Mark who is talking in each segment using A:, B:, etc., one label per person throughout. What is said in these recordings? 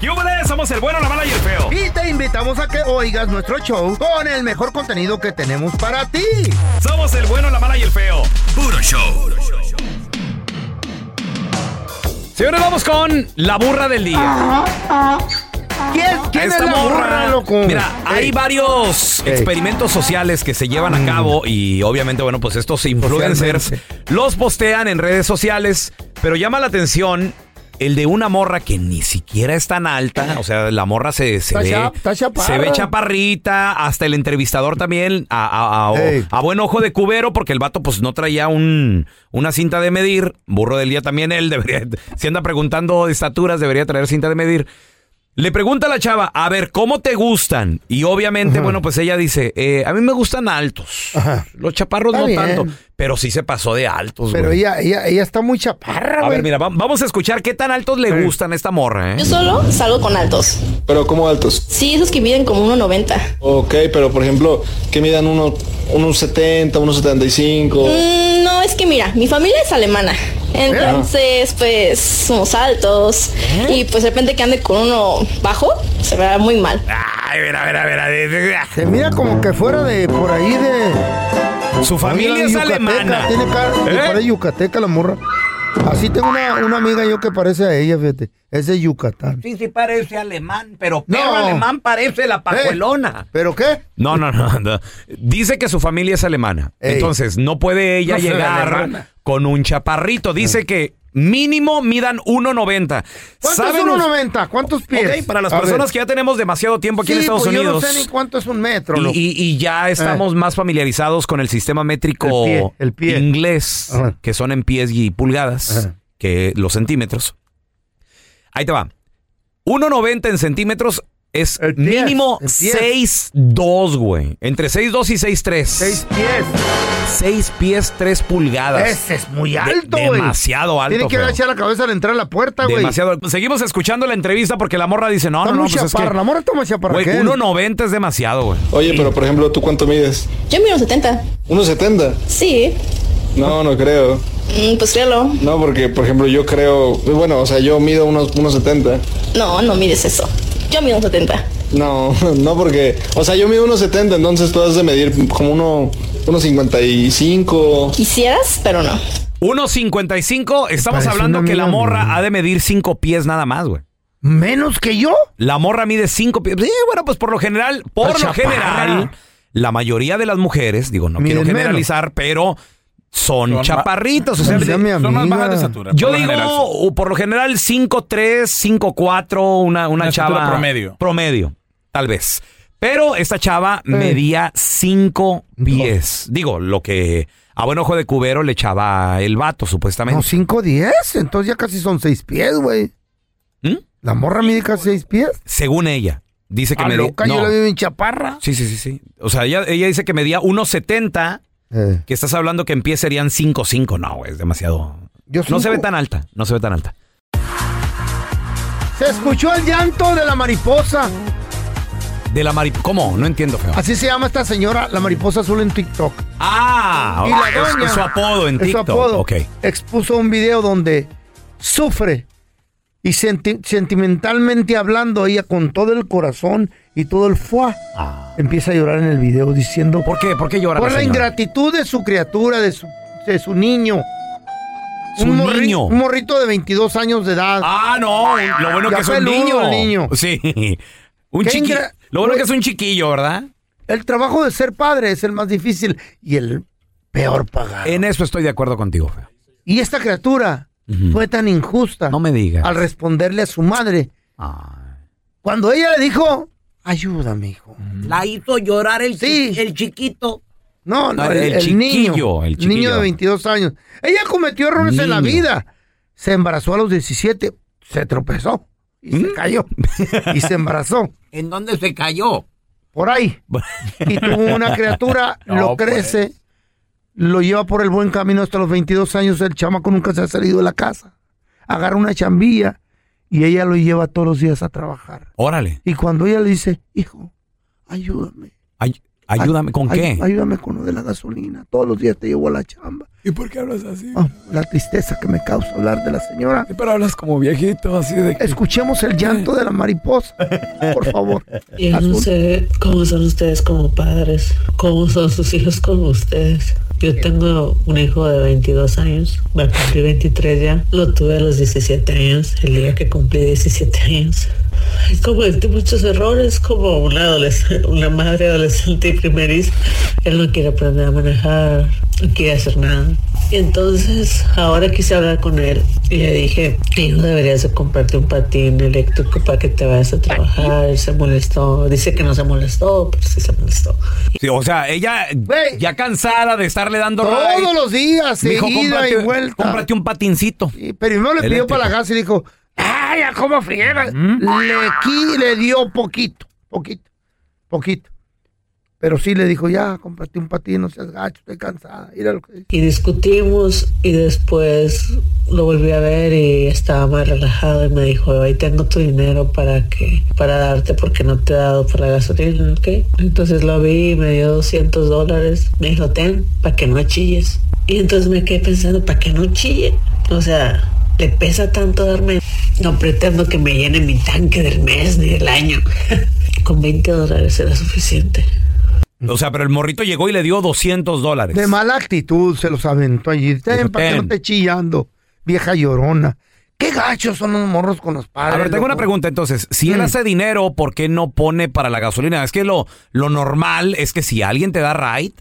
A: ¡Yúbales! Somos el bueno, la mala y el feo.
B: Y te invitamos a que oigas nuestro show con el mejor contenido que tenemos para ti.
A: Somos el bueno, la mala y el feo. Puro show. Señores, vamos con la burra del día.
B: ¿Quién, quién es la burra, loco?
A: Mira, hay varios experimentos sociales que se llevan
C: Mm.
A: a cabo y obviamente, bueno, pues estos influencers los postean en redes sociales, pero llama la atención el de una morra que ni siquiera es tan alta, o sea, la morra se, se
C: Está
A: ve,
C: chap- está chaparra.
A: se ve chaparrita, hasta el entrevistador también, a, a- a- o-
C: Ey.
A: a buen ojo de cubero, porque el vato pues no traía un, una cinta de medir, burro del día también él, debería, si anda preguntando de estaturas, debería traer cinta de medir. Le pregunta a la chava, a ver, ¿cómo te gustan? Y obviamente, bueno, pues ella dice, eh, a mí me gustan altos. Los chaparros
B: Está
A: no
B: bien.
A: tanto, pero sí se pasó de altos,
B: Pero
A: güey.
B: ella, ella, ella está muy chaparra,
A: A ver,
B: güey.
A: mira, va- vamos a escuchar qué tan altos le gustan a esta morra, ¿eh?
D: Yo solo salgo con altos.
E: Pero ¿cómo altos?
D: Sí, esos que miden como 1,90.
E: Ok, pero por ejemplo, que midan uno, unos 70, unos 75.
D: Mm, no, es que mira, mi familia es alemana. Entonces, pues somos altos. Y pues de repente que ande con uno bajo, se verá muy mal.
A: Ay, a ver, a ver, a ver, a ver.
B: Se mira como que fuera de por ahí de.
A: Su familia es
B: yucateca,
A: alemana.
B: Tiene cara de
A: ¿Eh?
B: parece yucateca la morra. Así tengo una, una amiga yo que parece a ella, fíjate. Es de Yucatán.
A: Sí, sí parece alemán, pero
B: No. perro alemán
A: parece la
B: pajuelona. ¿Pero qué?
A: No, no, no, no. Dice que su familia es alemana.
B: Ey.
A: Entonces, no puede ella
B: No será
A: llegar
B: alemana. Eh.
A: con un chaparrito. Dice que mínimo midan 1.90.
B: ¿Cuánto es
A: ¿Saben
B: 1.90? ¿Cuántos pies?
A: Ok, para las
B: A
A: personas
B: ver.
A: que ya tenemos demasiado tiempo aquí en
B: Sí,
A: Estados
B: pues
A: Unidos.
B: Yo no sé ni cuánto es un metro.
A: Y,
B: loco.
A: y- y ya estamos más familiarizados con el sistema métrico
B: Ah. El pie, el pie.
A: inglés,
B: Ajá.
A: que son en pies y pulgadas,
B: Ajá.
A: que los centímetros. Ahí te va. 1.90 en centímetros es
B: El pie,
A: mínimo
B: el pie.
A: 6.2, güey. Entre 6.2 y 6.3.
B: Seis pies.
A: 6 pies, 3 pulgadas.
B: Ese es muy
A: De-
B: alto, güey.
A: demasiado alto.
B: Tiene que
A: feo.
B: agachar la cabeza al entrar a la puerta, güey. Está
A: Demasiado. Seguimos escuchando la entrevista porque la morra dice, no, no, no,
B: muy
A: pues es que,
B: chaparra. La morra está más chaparra
A: güey,
B: que él.
A: 1.90 es demasiado, güey.
E: Oye, pero por ejemplo, ¿tú cuánto mides?
D: Yo mido 70.
E: ¿Unos 70?
D: Sí,
E: No, no creo.
D: Mm, pues créelo.
E: No, porque por ejemplo, yo creo. Bueno, o sea, yo mido unos, unos 70.
D: No, no mides eso. Yo mido 70.
E: No, no, porque. O sea, yo mido unos 70, entonces tú has de medir como uno, unos 55.
D: Quisieras, pero no.
A: 1.55, estamos
B: Parece
A: hablando
B: una
A: que la
B: amiga
A: morra
B: mía.
A: ha de medir 5 pies nada más, güey.
B: ¿Menos que yo?
A: La morra mide 5 pies. Sí, bueno, pues por lo general, por
B: Está
A: lo
B: chaparra.
A: general, la mayoría de las mujeres, digo, no
B: Miden
A: quiero generalizar, pero son,
C: Son ba-
A: chaparritas. O sea,
B: Decía mi
C: Son más
B: amiga.
C: bajas de estatura.
A: yo
C: por lo
A: digo,
C: general, sí.
A: o por lo general, 5'3, 5'4, una, una
C: Una estatura
A: chava.
C: promedio.
A: Promedio, tal vez. Pero esta chava
B: Eh.
A: medía 5 pies. Digo, lo que a buen ojo de cubero le echaba el vato, supuestamente.
B: No, 5 10. Entonces ya casi son 6 pies, güey.
A: ¿Mm?
B: La morra mide casi 6 pies.
A: Según ella. Dice que
B: A
A: medía.
B: loca, yo
A: no.
B: la veo en chaparra.
A: Sí, sí, sí, sí. O sea, ella, ella dice que medía 1.70,
B: Eh,
A: que estás hablando que en pie serían 5.5. No, güey, es demasiado.
B: Yo
A: No se ve
B: cinco.
A: tan alta, no se ve tan alta.
B: Se escuchó el llanto de la mariposa.
A: De la mariposa. ¿Cómo? No entiendo, feo.
B: Así se llama esta señora, la mariposa azul en TikTok.
A: Ah,
B: Y la
A: ok, es-
B: doña-
A: es su apodo en
B: es su
A: TikTok.
B: apodo.
A: Ok.
B: Expuso un video donde sufre y senti- sentimentalmente hablando ella con todo el corazón y todo el fuá. Empieza a llorar en el video diciendo
A: Ah. ¿Por qué? ¿Por qué llora
B: Por
A: la
B: la
A: señora?
B: ingratitud de su criatura, de su, de su niño.
A: Su
B: un, morri-
A: niño.
B: un morrito de 22 años de edad.
A: Ah, no, lo bueno
B: Ya
A: que es un
B: peludo
A: niño.
B: el niño.
A: Sí. Un
B: Qué
A: chiqui...
B: ingra-
A: Lo bueno
B: Güey.
A: que es un chiquillo, ¿verdad?
B: El trabajo de ser padre es el más difícil y el peor pagado.
A: En eso estoy de acuerdo contigo, feo.
B: Y esta criatura
A: Ujú.
B: fue tan injusta. No
A: me digas.
B: Al responderle a su madre. Cuando ella le dijo, ayúdame, hijo.
C: La hizo llorar el, chi- el chiquito.
B: No, no,
A: No,
B: el,
A: el
B: el
A: chiquillo,
B: niño.
A: el
B: Niño
A: chiquillo.
B: de 22 años. Ella cometió errores en la
A: Niño.
B: vida. Se embarazó a los 17. Se tropezó. Y
A: ¿Mm?
B: se cayó. y se embarazó.
C: ¿En dónde se cayó?
B: Por ahí. Y tuvo una criatura, lo
C: No, pues.
B: crece, lo lleva por el buen camino hasta los 22 años. El chamaco nunca se ha salido de la casa. Agarra una chambilla y ella lo lleva todos los días a trabajar.
A: Órale.
B: Y cuando ella le dice, hijo, ayúdame.
A: Ay- ayúdame, ¿con
B: ay-
A: qué?
B: Ayúdame con lo de la gasolina. Todos los días te llevo a la chamba.
F: ¿Y por qué hablas así?
B: Ah, la tristeza que me causa hablar de la señora.
F: Pero hablas como viejito, así de que...
B: Escuchemos el llanto de la mariposa, por favor.
G: Yo no
B: Azul.
G: sé cómo son ustedes como padres, cómo son sus hijos como ustedes. Yo tengo un hijo de 22 años, va a cumplir 23 ya. Lo tuve a los 17 años, el día que cumplí 17 años. Ay, Cometí muchos errores como una, adolesc- una madre adolescente y primeriza. Él no quiere aprender a manejar, no quiere hacer nada. Y entonces ahora quise hablar con él y le dije, hijo, deberías de comprarte un patín eléctrico para que te vayas a trabajar. Él se molestó, dice que no se molestó, pero sí se molestó.
A: Sí, o sea, ella ya cansada de estarle dando
B: Todos
A: ride,
B: los días,
A: dijo,
B: ida
A: "Cómprate-
B: y vuelta".
A: Cómprate un patincito.
B: Pero primero le pidió
A: Eléctrico.
B: para la casa y dijo, ¡ay, ya cómo friega! Le, qui- le dio poquito, poquito, poquito. Pero sí le dijo, ya, cómprate un patín, no seas gacho, estoy cansada. Mira lo que
G: Y discutimos y después lo volví a ver y estaba más relajado y me dijo, ahí tengo tu dinero para que para darte porque no te he dado para la gasolina, ¿ok? Entonces lo vi y me dio 200 dólares. Me dijo, ten, para que no chilles. Y entonces me quedé pensando, para que no chille. O sea, le pesa tanto darme. No pretendo que me llene mi tanque del mes ni del año. Con 20 dólares era suficiente.
A: O sea, pero el morrito llegó y le dio 200 dólares.
B: De mala actitud se los aventó allí. Ten, para que no
A: "Ten".
B: te chillando, vieja llorona. Qué gachos son los morros con los padres.
A: A ver, tengo
B: loco.
A: una pregunta entonces. Si él
B: Mm.
A: hace dinero, ¿por qué no pone para la gasolina? Es que lo, lo normal es que si alguien te da ride,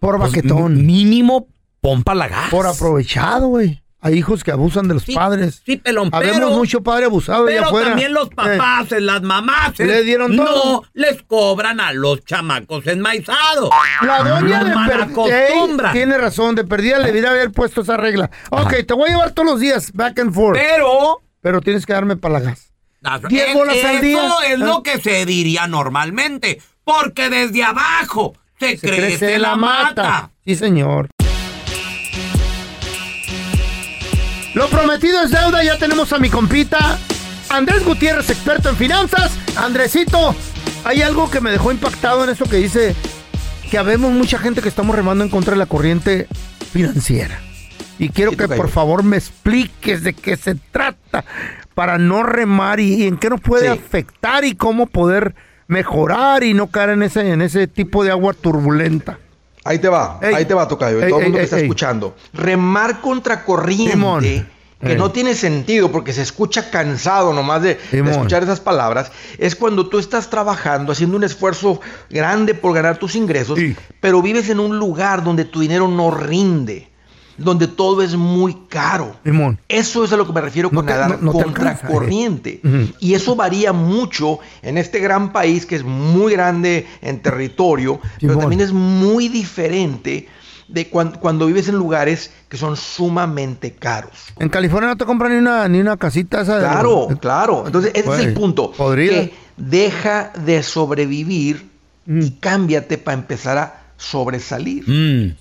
B: Por
A: pues,
B: baquetón.
A: Mínimo, pompa la gas.
B: Por aprovechado, güey. Hay hijos que abusan de los padres.
C: Sí, pelón,
B: Habemos
C: pero-
B: mucho padre abusado allá
C: Pero
B: afuera. Eh.
C: también los papás, las mamás, ¿eh?
B: Ah, Le dieron
C: No
B: todo.
C: les cobran a los chamacos enmaizados.
B: La doña
C: Los
B: de
C: malacostumbran.
B: perdida tiene razón, de perdida le debería haber puesto esa regla. Ok, te voy a llevar todos los días, back and forth.
C: Pero.
B: Pero tienes que darme para la gas.
C: Las-
B: Diez
C: es-
B: bolas al
C: e-, eso
B: día.
C: es lo que se diría normalmente, porque desde abajo se,
B: Se
C: crece, la mata.
B: Sí, señor. Lo prometido es deuda, ya tenemos a mi compita. Andrés Gutiérrez, experto en finanzas. Andresito, hay algo que me dejó impactado en eso que dice que habemos mucha gente que estamos remando en contra de la corriente financiera. Y quiero que por favor me expliques de qué se trata para no remar y, y en qué nos puede afectar y cómo poder mejorar y no caer en ese, en ese tipo de agua turbulenta.
H: Ahí te va, ahí te va, Tocayo, y
B: Ey,
H: todo
B: ey,
H: el mundo
B: ey,
H: que está
B: ey.
H: escuchando. Remar contra
B: Simón.
H: corriente, que
B: Ey.
H: no tiene sentido porque se escucha cansado nomás de, de escuchar esas palabras, es cuando tú estás trabajando, haciendo un esfuerzo grande por ganar tus ingresos, pero vives en un lugar donde tu dinero no rinde, donde todo es muy caro.
B: Simón.
H: Eso es a lo que me refiero
B: No
H: con
B: te-
H: nadar
B: no- no te
H: contra
B: alcanza, eh.
H: corriente.
B: Ujú.
H: Y eso varía mucho en este gran país que es muy grande en territorio, pero
B: Simón.
H: también es muy diferente de cuan- cuando vives en lugares que son sumamente caros.
B: En California no te compran ni una, ni una casita esa de- Eh,
H: Claro, claro. Entonces, ese es
B: Güey,
H: el punto.
B: podrida.
H: Que deja de sobrevivir y cámbiate para empezar a sobresalir.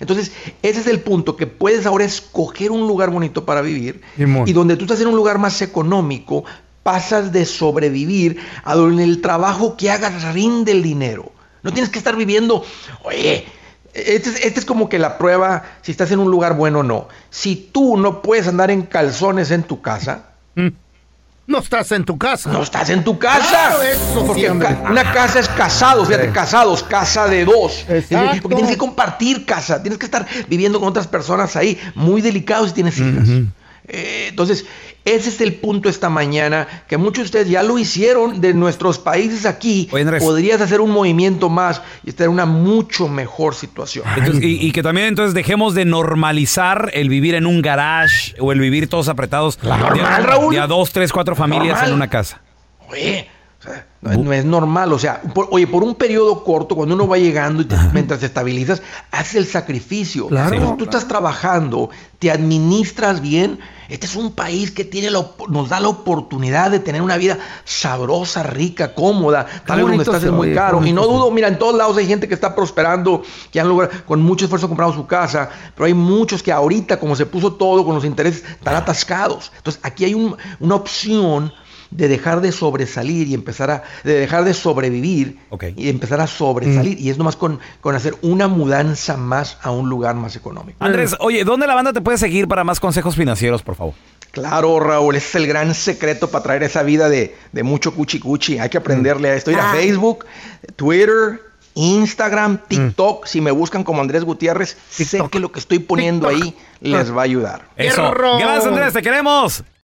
H: Entonces, ese es el punto, que puedes ahora escoger un lugar bonito para vivir
B: Simón.
H: y donde tú estás en un lugar más económico, pasas de sobrevivir a donde el trabajo que hagas rinde el dinero. No tienes que estar viviendo, oye, esta es, este es como que la prueba si estás en un lugar bueno o no. Si tú no puedes andar en calzones en tu casa,
B: No estás en tu casa.
H: No estás en tu casa. Porque ca- una casa es casados, fíjate,
B: Sí.
H: casados, casa de dos. Es decir,
B: Exacto.
H: Porque tienes que compartir casa, tienes que estar viviendo con otras personas ahí, muy delicados si tienes hijas. Eh, entonces, ese es el punto esta mañana, que muchos de ustedes ya lo hicieron de nuestros países aquí. Podrías hacer un movimiento más y estar en una mucho mejor situación.
A: Entonces, y, y que también entonces dejemos de normalizar el vivir en un garage o el vivir todos apretados. de,
H: normal,
A: a-
H: Raúl.
A: de a dos, tres, cuatro familias
H: Normal.
A: en una casa.
H: Oye, o sea, no, es- no es normal. O sea, por- oye, por un periodo corto, cuando uno va llegando y te- mientras te estabilizas, haces el sacrificio.
B: Claro.
H: Cuando tú estás trabajando, te administras bien. Este es un país que tiene la op- nos da la oportunidad de tener una vida sabrosa, rica, cómoda. Tal vez donde
B: bonito
H: estás
B: se
H: es muy
B: oye,
H: caro.
B: qué
H: Y no
B: bonito se
H: dudo, mira, en todos lados hay gente que está prosperando, que han logrado, con mucho esfuerzo comprado su casa, pero hay muchos que ahorita, como se puso todo con los intereses, están atascados. Entonces, aquí hay un- una opción de dejar de sobresalir y empezar a, de dejar de sobrevivir y empezar a sobresalir. Y es nomás con, con hacer una mudanza más a un lugar más económico.
A: Andrés, oye, ¿dónde la banda te puede seguir para más consejos financieros, por favor?
H: Claro, Raúl, ese es el gran secreto para traer esa vida de, de mucho cuchi cuchi. Hay que aprenderle a esto. Ir a Facebook, Twitter, Instagram, TikTok. Si me buscan como Andrés Gutiérrez, sé que lo que estoy poniendo ahí les va a ayudar.
A: Eso. Gracias, Andrés, te queremos.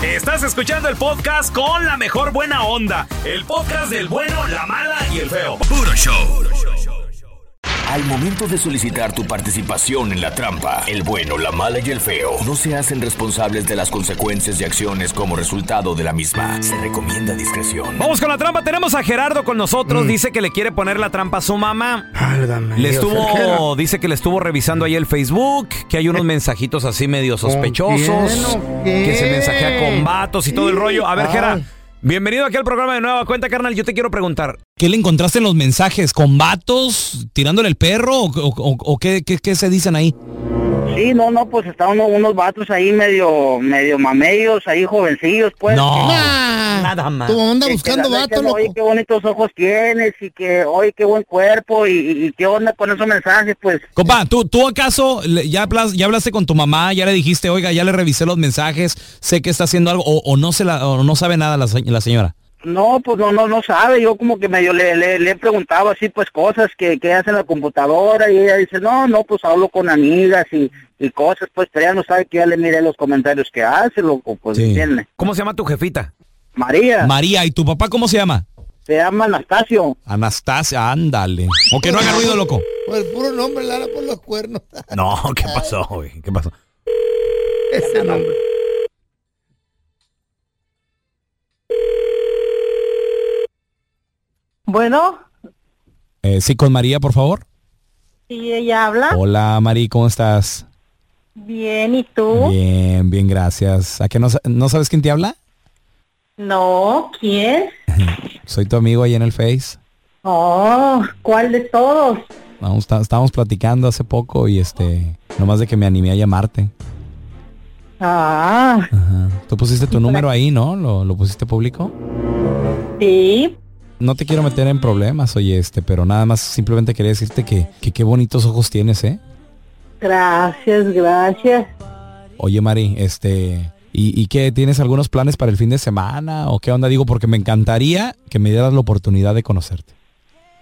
A: Estás escuchando el podcast con la mejor buena onda. El podcast del bueno, la mala y el feo.
I: Puro show. Al momento de solicitar tu participación en la trampa, el bueno, la mala y el feo no se hacen responsables de las consecuencias y acciones como resultado de la misma. Se recomienda discreción.
A: Vamos con la trampa. Tenemos a Gerardo con nosotros.
J: Mm.
A: Dice que le quiere poner la trampa a su mamá. Le
B: Dios,
A: estuvo, dice que le estuvo revisando ahí el Facebook, que hay unos mensajitos así medio sospechosos,
B: Eh, quién o qué?
A: que se mensajea con vatos y todo el
B: Sí.
A: rollo. A ver,
B: Ay.
A: Gerardo, bienvenido aquí al programa de Nueva Cuenta, carnal. Yo te quiero preguntar,
K: ¿Qué le encontraste en los mensajes? ¿Combatos? ¿Tirándole el perro? ¿O, o- o- o qué, qué- qué se dicen ahí?
L: Sí, no, no, pues estaban uno- unos vatos ahí medio, medio mamellos, ahí jovencillos, pues.
K: No.
L: nada
K: más.
B: Tu onda buscando vatos, loco.
L: Oye, qué bonitos ojos tienes y que, oye, qué buen cuerpo y, y- y qué onda con esos mensajes, pues.
K: Compa, ¿tú, tú acaso le- ya, hablas- ya hablaste con tu mamá? ¿Ya le dijiste, oiga, ya le revisé los mensajes, sé que está haciendo algo? ¿O, o no, se la, o no sabe nada la, se- la señora?
L: No, pues no, no, no sabe. Yo como que medio le, le, le he preguntado así, pues cosas que, que hace en la computadora y ella dice, no, no, pues hablo con amigas y, y cosas, pues, pero ella no sabe que ya le miré los comentarios que hace, loco, pues, ¿entiendes?
A: ¿cómo se llama tu jefita?
L: María.
K: María, ¿y tu papá cómo se llama?
L: Se llama Anastasio.
K: Anastasia, ándale. O que no haga ruido, loco.
B: Por el Pues, puro nombre le hará por los cuernos.
A: No, ¿qué pasó, güey? ¿Qué pasó?
B: Ese nombre.
M: Bueno,
K: Eh, sí, con María, por favor.
M: si ella habla.
K: Hola, María, ¿cómo estás?
M: Bien, ¿y tú?
K: Bien, bien, gracias. ¿A qué no, sa- no sabes quién te habla?
M: No, ¿quién?
K: Soy tu amigo ahí en el Face.
M: Oh, ¿cuál de todos?
K: Vamos, ta- estábamos platicando hace poco y este, nomás de que me animé a llamarte.
M: Ah,
K: Tú pusiste tu número ahí, ¿no? ¿Lo, lo pusiste público?
M: sí.
K: No te quiero meter en problemas, oye, este, pero nada más simplemente quería decirte que, que qué bonitos ojos tienes, ¿eh?
M: Gracias, gracias.
K: Oye, Mari, este, ¿y, ¿y qué? ¿Tienes algunos planes para el fin de semana? ¿O qué onda? Digo, porque me encantaría que me dieras la oportunidad de conocerte.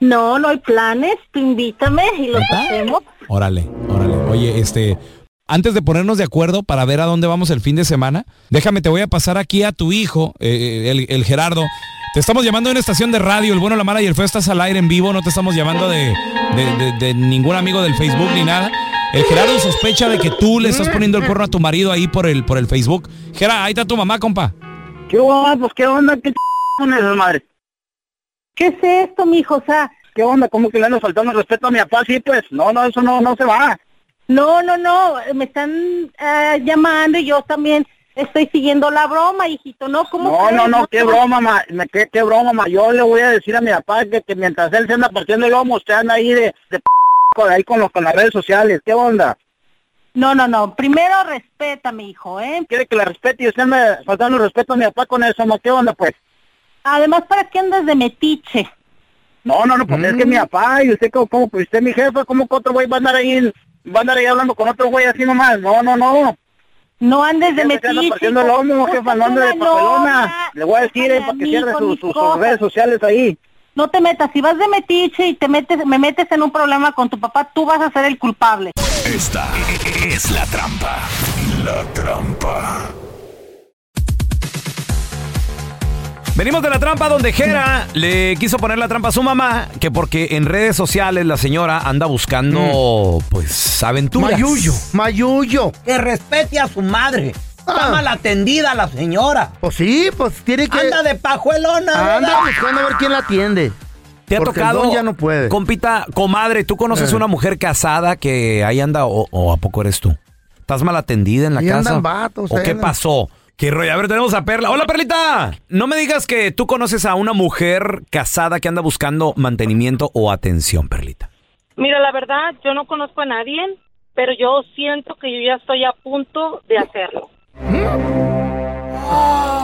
M: No, no hay planes. Tú invítame y los hacemos.
K: Órale, órale. Oye, este, antes de ponernos de acuerdo para ver a dónde vamos el fin de semana, déjame, te voy a pasar aquí a tu hijo, eh, el, el Gerardo. Te estamos llamando de una estación de radio, el bueno, la mala y el feo estás al aire en vivo, no te estamos llamando de, de- de- de ningún amigo del Facebook ni nada. El Gerardo sospecha de que tú le estás poniendo el cuerno a tu marido ahí por el, por el Facebook. Gerardo, ahí está tu mamá, compa.
L: ¿Qué onda? Pues qué onda, qué ch- con esas madres. ¿Qué es esto, mijo? O sea, ¿qué onda? ¿Cómo que le ando faltando el respeto a mi papá? Sí, pues, no, no, eso no, no se va.
M: No, no, no. eh, Me están ah, llamando y yo también estoy siguiendo la broma, hijito. No, ¿cómo
L: No,
M: crees?
L: no, no, qué
M: te-
L: broma, ma, me- qué, qué broma, ma. Yo le voy a decir a mi papá que, que mientras él se anda partiendo el lomo, usted anda ahí de, de p- con- ahí con, los, con las redes sociales. ¿Qué onda?
M: No, no, no. Primero respeta, mi hijo, ¿eh?
L: Quiere que la respete y usted me faltando el respeto a mi papá con eso, ma. ¿Qué onda, pues?
M: Además, ¿para qué andas de metiche?
L: No, no, no, pues es que mi papá y usted como, como pues usted es mi jefe, como que otro güey va a andar ahí, va a andar ahí hablando con otro güey así nomás. No, no, no.
M: No andes de
L: Jefe, se anda
M: metiche,
L: partiendo el
M: hijo.
L: lomo, jefa, no ande de
M: Búscate una
L: papelona. Le voy a decir, eh,
M: déjame
L: para
M: a
L: que
M: mí
L: cierre
M: con
L: sus-
M: mis
L: sus- sus
M: cosas.
L: redes sociales ahí.
M: No te metas, si vas de metiche y te metes, me metes en un problema con tu papá, tú vas a ser el culpable.
I: Esta es la trampa. La trampa.
A: Venimos de la trampa donde Jera le quiso poner la trampa a su mamá, que porque en redes sociales la señora anda buscando, pues, aventuras.
B: Mm. Mayuyo, Mayuyo. Ah.
C: Que respete a su madre. Está mal atendida la señora.
B: Pues sí, pues tiene que...
C: Anda de pajuelona.
B: Anda
C: ¿verdad?
B: buscando a ver quién la atiende.
A: ¿Te ha
B: Porque el
A: tocado,
B: don ya no puede.
A: compita, comadre, tú conoces
B: Eh.
A: una mujer casada que ahí anda o, o a poco eres tú? ¿Estás mal atendida en la
B: Ahí
A: casa?
B: andan vatos,
A: ¿O
B: ahí
A: qué
B: andan.
A: pasó? Qué rollo. A ver, tenemos a Perla. Hola, Perlita. No me digas que tú conoces a una mujer casada que anda buscando mantenimiento o atención, Perlita.
N: Mira, la verdad, yo no conozco a nadie, pero yo siento que yo ya estoy a punto de hacerlo.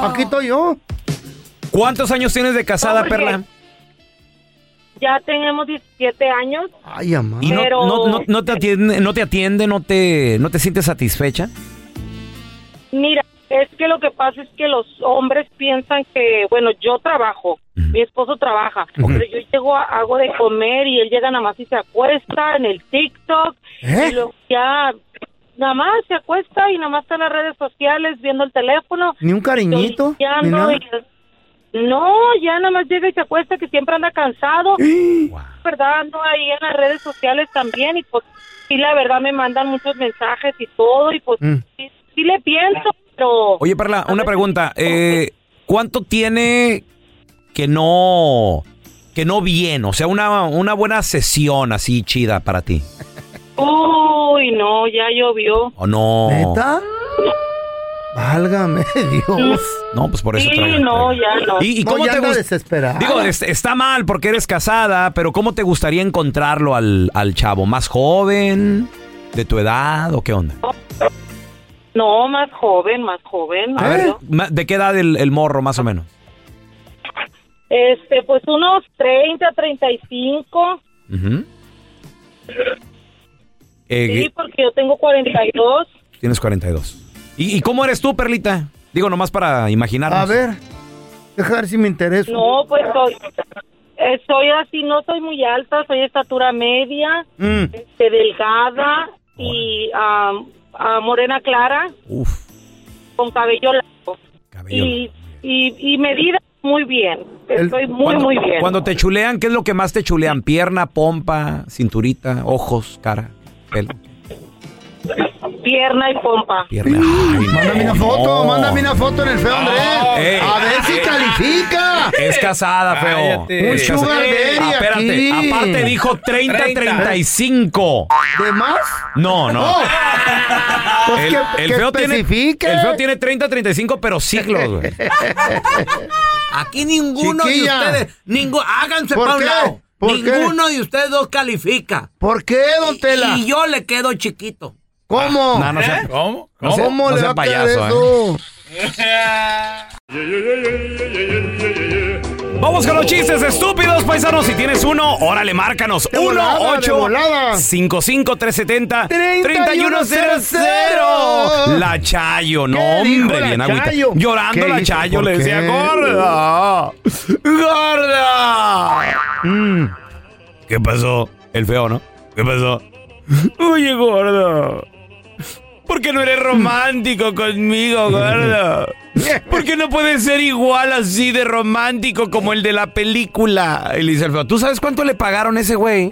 B: Aquí estoy yo.
A: ¿Cuántos años tienes de casada,
N: No, porque-
A: Perla?
N: Ya tenemos 17 años.
B: Ay, amá.
A: ¿Y no,
N: Pero-
A: no- no- no te atiende, no te atiende, no te, no te sientes satisfecha?
N: Mira, es que lo que pasa es que los hombres piensan que, bueno, yo trabajo, mi esposo trabaja,
O: Ujú.
N: pero yo llego, a- hago de comer y él llega nada más y se acuesta en el TikTok
B: ¿Eh?
N: y luego ya nada más se acuesta y nada más está en las redes sociales viendo el teléfono.
B: Ni un cariñito,
N: Ya
B: ni
N: no,
B: nada.
N: y- no, ya nada más llega y se acuesta que siempre anda cansado.
B: ¡Eh!
N: ¿Verdad? Ando ahí en las redes sociales también y pues sí, la verdad me mandan muchos mensajes y todo y pues sí, sí le pienso, pero...
A: Oye, Perla, una pregunta. Eh, ¿Cuánto tiene que no que no bien? O sea, una, una buena sesión así chida para ti.
N: Uy, no, ya llovió.
A: ¿O no?
B: ¿Neta? Válgame Dios.
A: No, pues por eso
N: sí,
A: traigo-
N: no, ya no.
A: ¿Y, y
B: No,
A: cómo
B: ya
A: te
B: anda
A: gust-
B: desesperada.
A: Digo, es- está mal porque eres casada, pero ¿cómo te gustaría encontrarlo al, al chavo? ¿Más joven? ¿De tu edad? ¿O qué onda?
N: No, más joven, más joven.
A: A
N: más
A: ver,
N: yo.
A: ma- ¿de qué edad el, el morro más o menos?
N: Este, pues unos 30, 35.
A: Ujú. Eh,
N: Sí, porque yo tengo 42.
A: Tienes 42. ¿Y, y cómo eres tú, Perlita? Digo, nomás para imaginarnos.
B: A ver, deja ver si me interesa.
N: No, pues soy, eh, soy así, no soy muy alta, soy estatura media, este, delgada y ah, ah, morena clara. Con cabello largo. y, y, y medida muy bien. Estoy muy,
A: Cuando-
N: muy bien.
A: Cuando te chulean, ¿qué es lo que más te chulean? Pierna, pompa, cinturita, ojos, cara, pelo,
N: Pierna y pompa.
A: pierna.
B: Mándame una foto, mándame una foto en el feo Andrés.
A: Oh. Ey.
B: a ver si califica.
A: Es casada, feo.
B: Cállate.
A: Es
B: Un
A: casada.
B: sugar daddy
A: Ah, Espérate,
B: aquí.
A: aparte dijo 30,
B: 30.
A: 35.
B: ¿De más?
A: No, no.
B: Oh. Pues
A: El,
B: que-
A: el
B: que
A: feo tiene,
B: especifique.
A: el feo tiene 30, 35, pero siglos, güey.
C: Aquí ninguno
B: Chiquilla.
C: de ustedes, ningún, háganse
B: ¿Por
C: para un
B: qué?
C: lado.
B: ¿Por
C: ninguno de ustedes dos califica.
B: ¿Por qué, don Tela?
C: Y yo le quedo chiquito.
B: ¿Cómo?
C: Ah, no, no sea-
B: ¿Eh?
C: ¿cómo?
B: ¿Cómo,
C: No sea- no
B: le
C: sea
B: va a
C: payaso,
B: caer eso?
A: Vamos con los chistes estúpidos, paisanos. Si tienes uno, órale, márcanos. 1
B: volada, de
A: 8
B: volada.
A: 55 370 3100
B: 3100.
A: La Chayo, no,
B: ¿Qué dijo
A: hombre,
B: la
A: bien agüita.
B: Chayo?
A: Llorando
B: ¿Qué
A: la
B: hizo?
A: Chayo
B: ¿Por
A: le decía,
B: qué?
A: gorda, gorda. Mm. ¿Qué pasó? El feo, ¿no? ¿Qué pasó? Oye, gordo. ¿Por qué no eres romántico conmigo, gordo? ¿Por qué no puedes ser igual así de romántico como el de la película? Y le dice el feo, ¿tú sabes cuánto le pagaron a ese güey?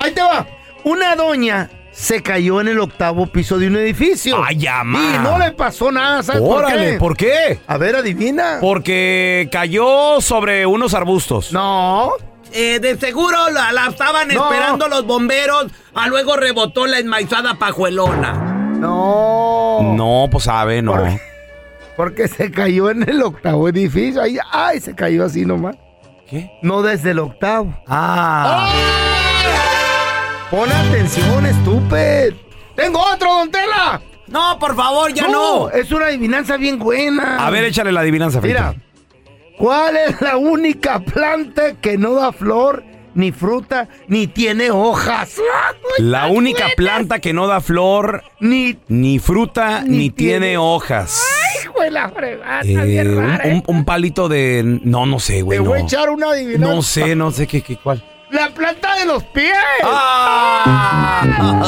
B: Ahí te va. Una doña se cayó en el octavo piso de un edificio. ¡Ay,
A: ma.
C: Ah.
B: Y no le pasó nada, ¿sabes
A: Órale,
B: por
A: ¿por qué?
B: A ver, adivina.
A: Porque cayó sobre unos arbustos.
B: No.
C: Eh, de seguro la, la estaban esperando los bomberos, a luego rebotó la enmaizada pajuelona.
B: No.
A: No, pues sabe, no.
B: Porque se cayó en el octavo edificio. Ahí, ay, se cayó así nomás.
A: ¿Qué?
B: No desde el octavo.
A: Ah.
B: Pon atención, estúpido. Tengo otro, don Tela.
C: No, por favor, ya no.
B: Es una adivinanza bien buena.
A: A ver, échale la adivinanza, Feito.
B: Mira, ¿cuál es la única planta que no da flor, ni fruta, ni tiene hojas?
C: Pues,
A: La única planta que no da flor,
B: ni,
A: ni fruta, ni, tiene, hojas.
B: ¡Ay, güey, la fregada!
A: Eh,
B: Ah, bien
A: un,
B: rara,
A: un- un palito de. No, no sé,
B: Te
A: güey. No.
B: voy a echar una adivinanza.
A: no sé, no sé qué, qué cuál.
B: ¡La planta de los pies! La
A: Ah.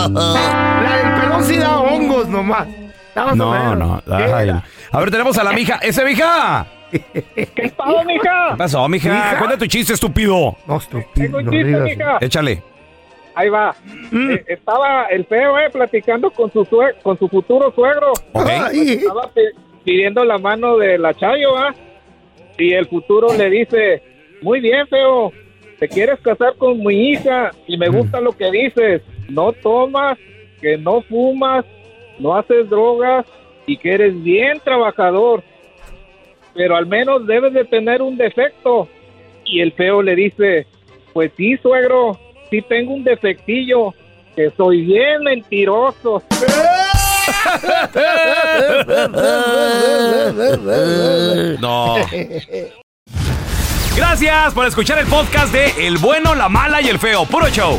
B: del pelón sí da hongos nomás. Está más o
A: No,
B: menos.
A: no. ay, no. A ver, tenemos a la mija. ¡Esa mija!
D: ¿Qué pasó, mija?
A: ¿Qué pasó, mija?
D: Mija.
A: Cuenta tu chiste, estúpido.
B: No,
D: Tengo
A: estúpido.
D: un no chiste, digas. mija.
A: Échale.
D: Ahí va. Eh, estaba el feo, eh, platicando con su sue- con su futuro suegro. Estaba pi- pidiendo la mano de la Chayo, ¿ah? Y el futuro le dice, muy bien, feo, te quieres casar con mi hija y me gusta lo que dices. No tomas, que no fumas, no haces drogas y que eres bien trabajador. Pero al menos debes de tener un defecto. Y el feo le dice, pues sí, suegro, sí tengo un defectillo, que soy bien mentiroso.
A: No. Gracias por escuchar el podcast de El bueno, la mala y el feo. Puro show.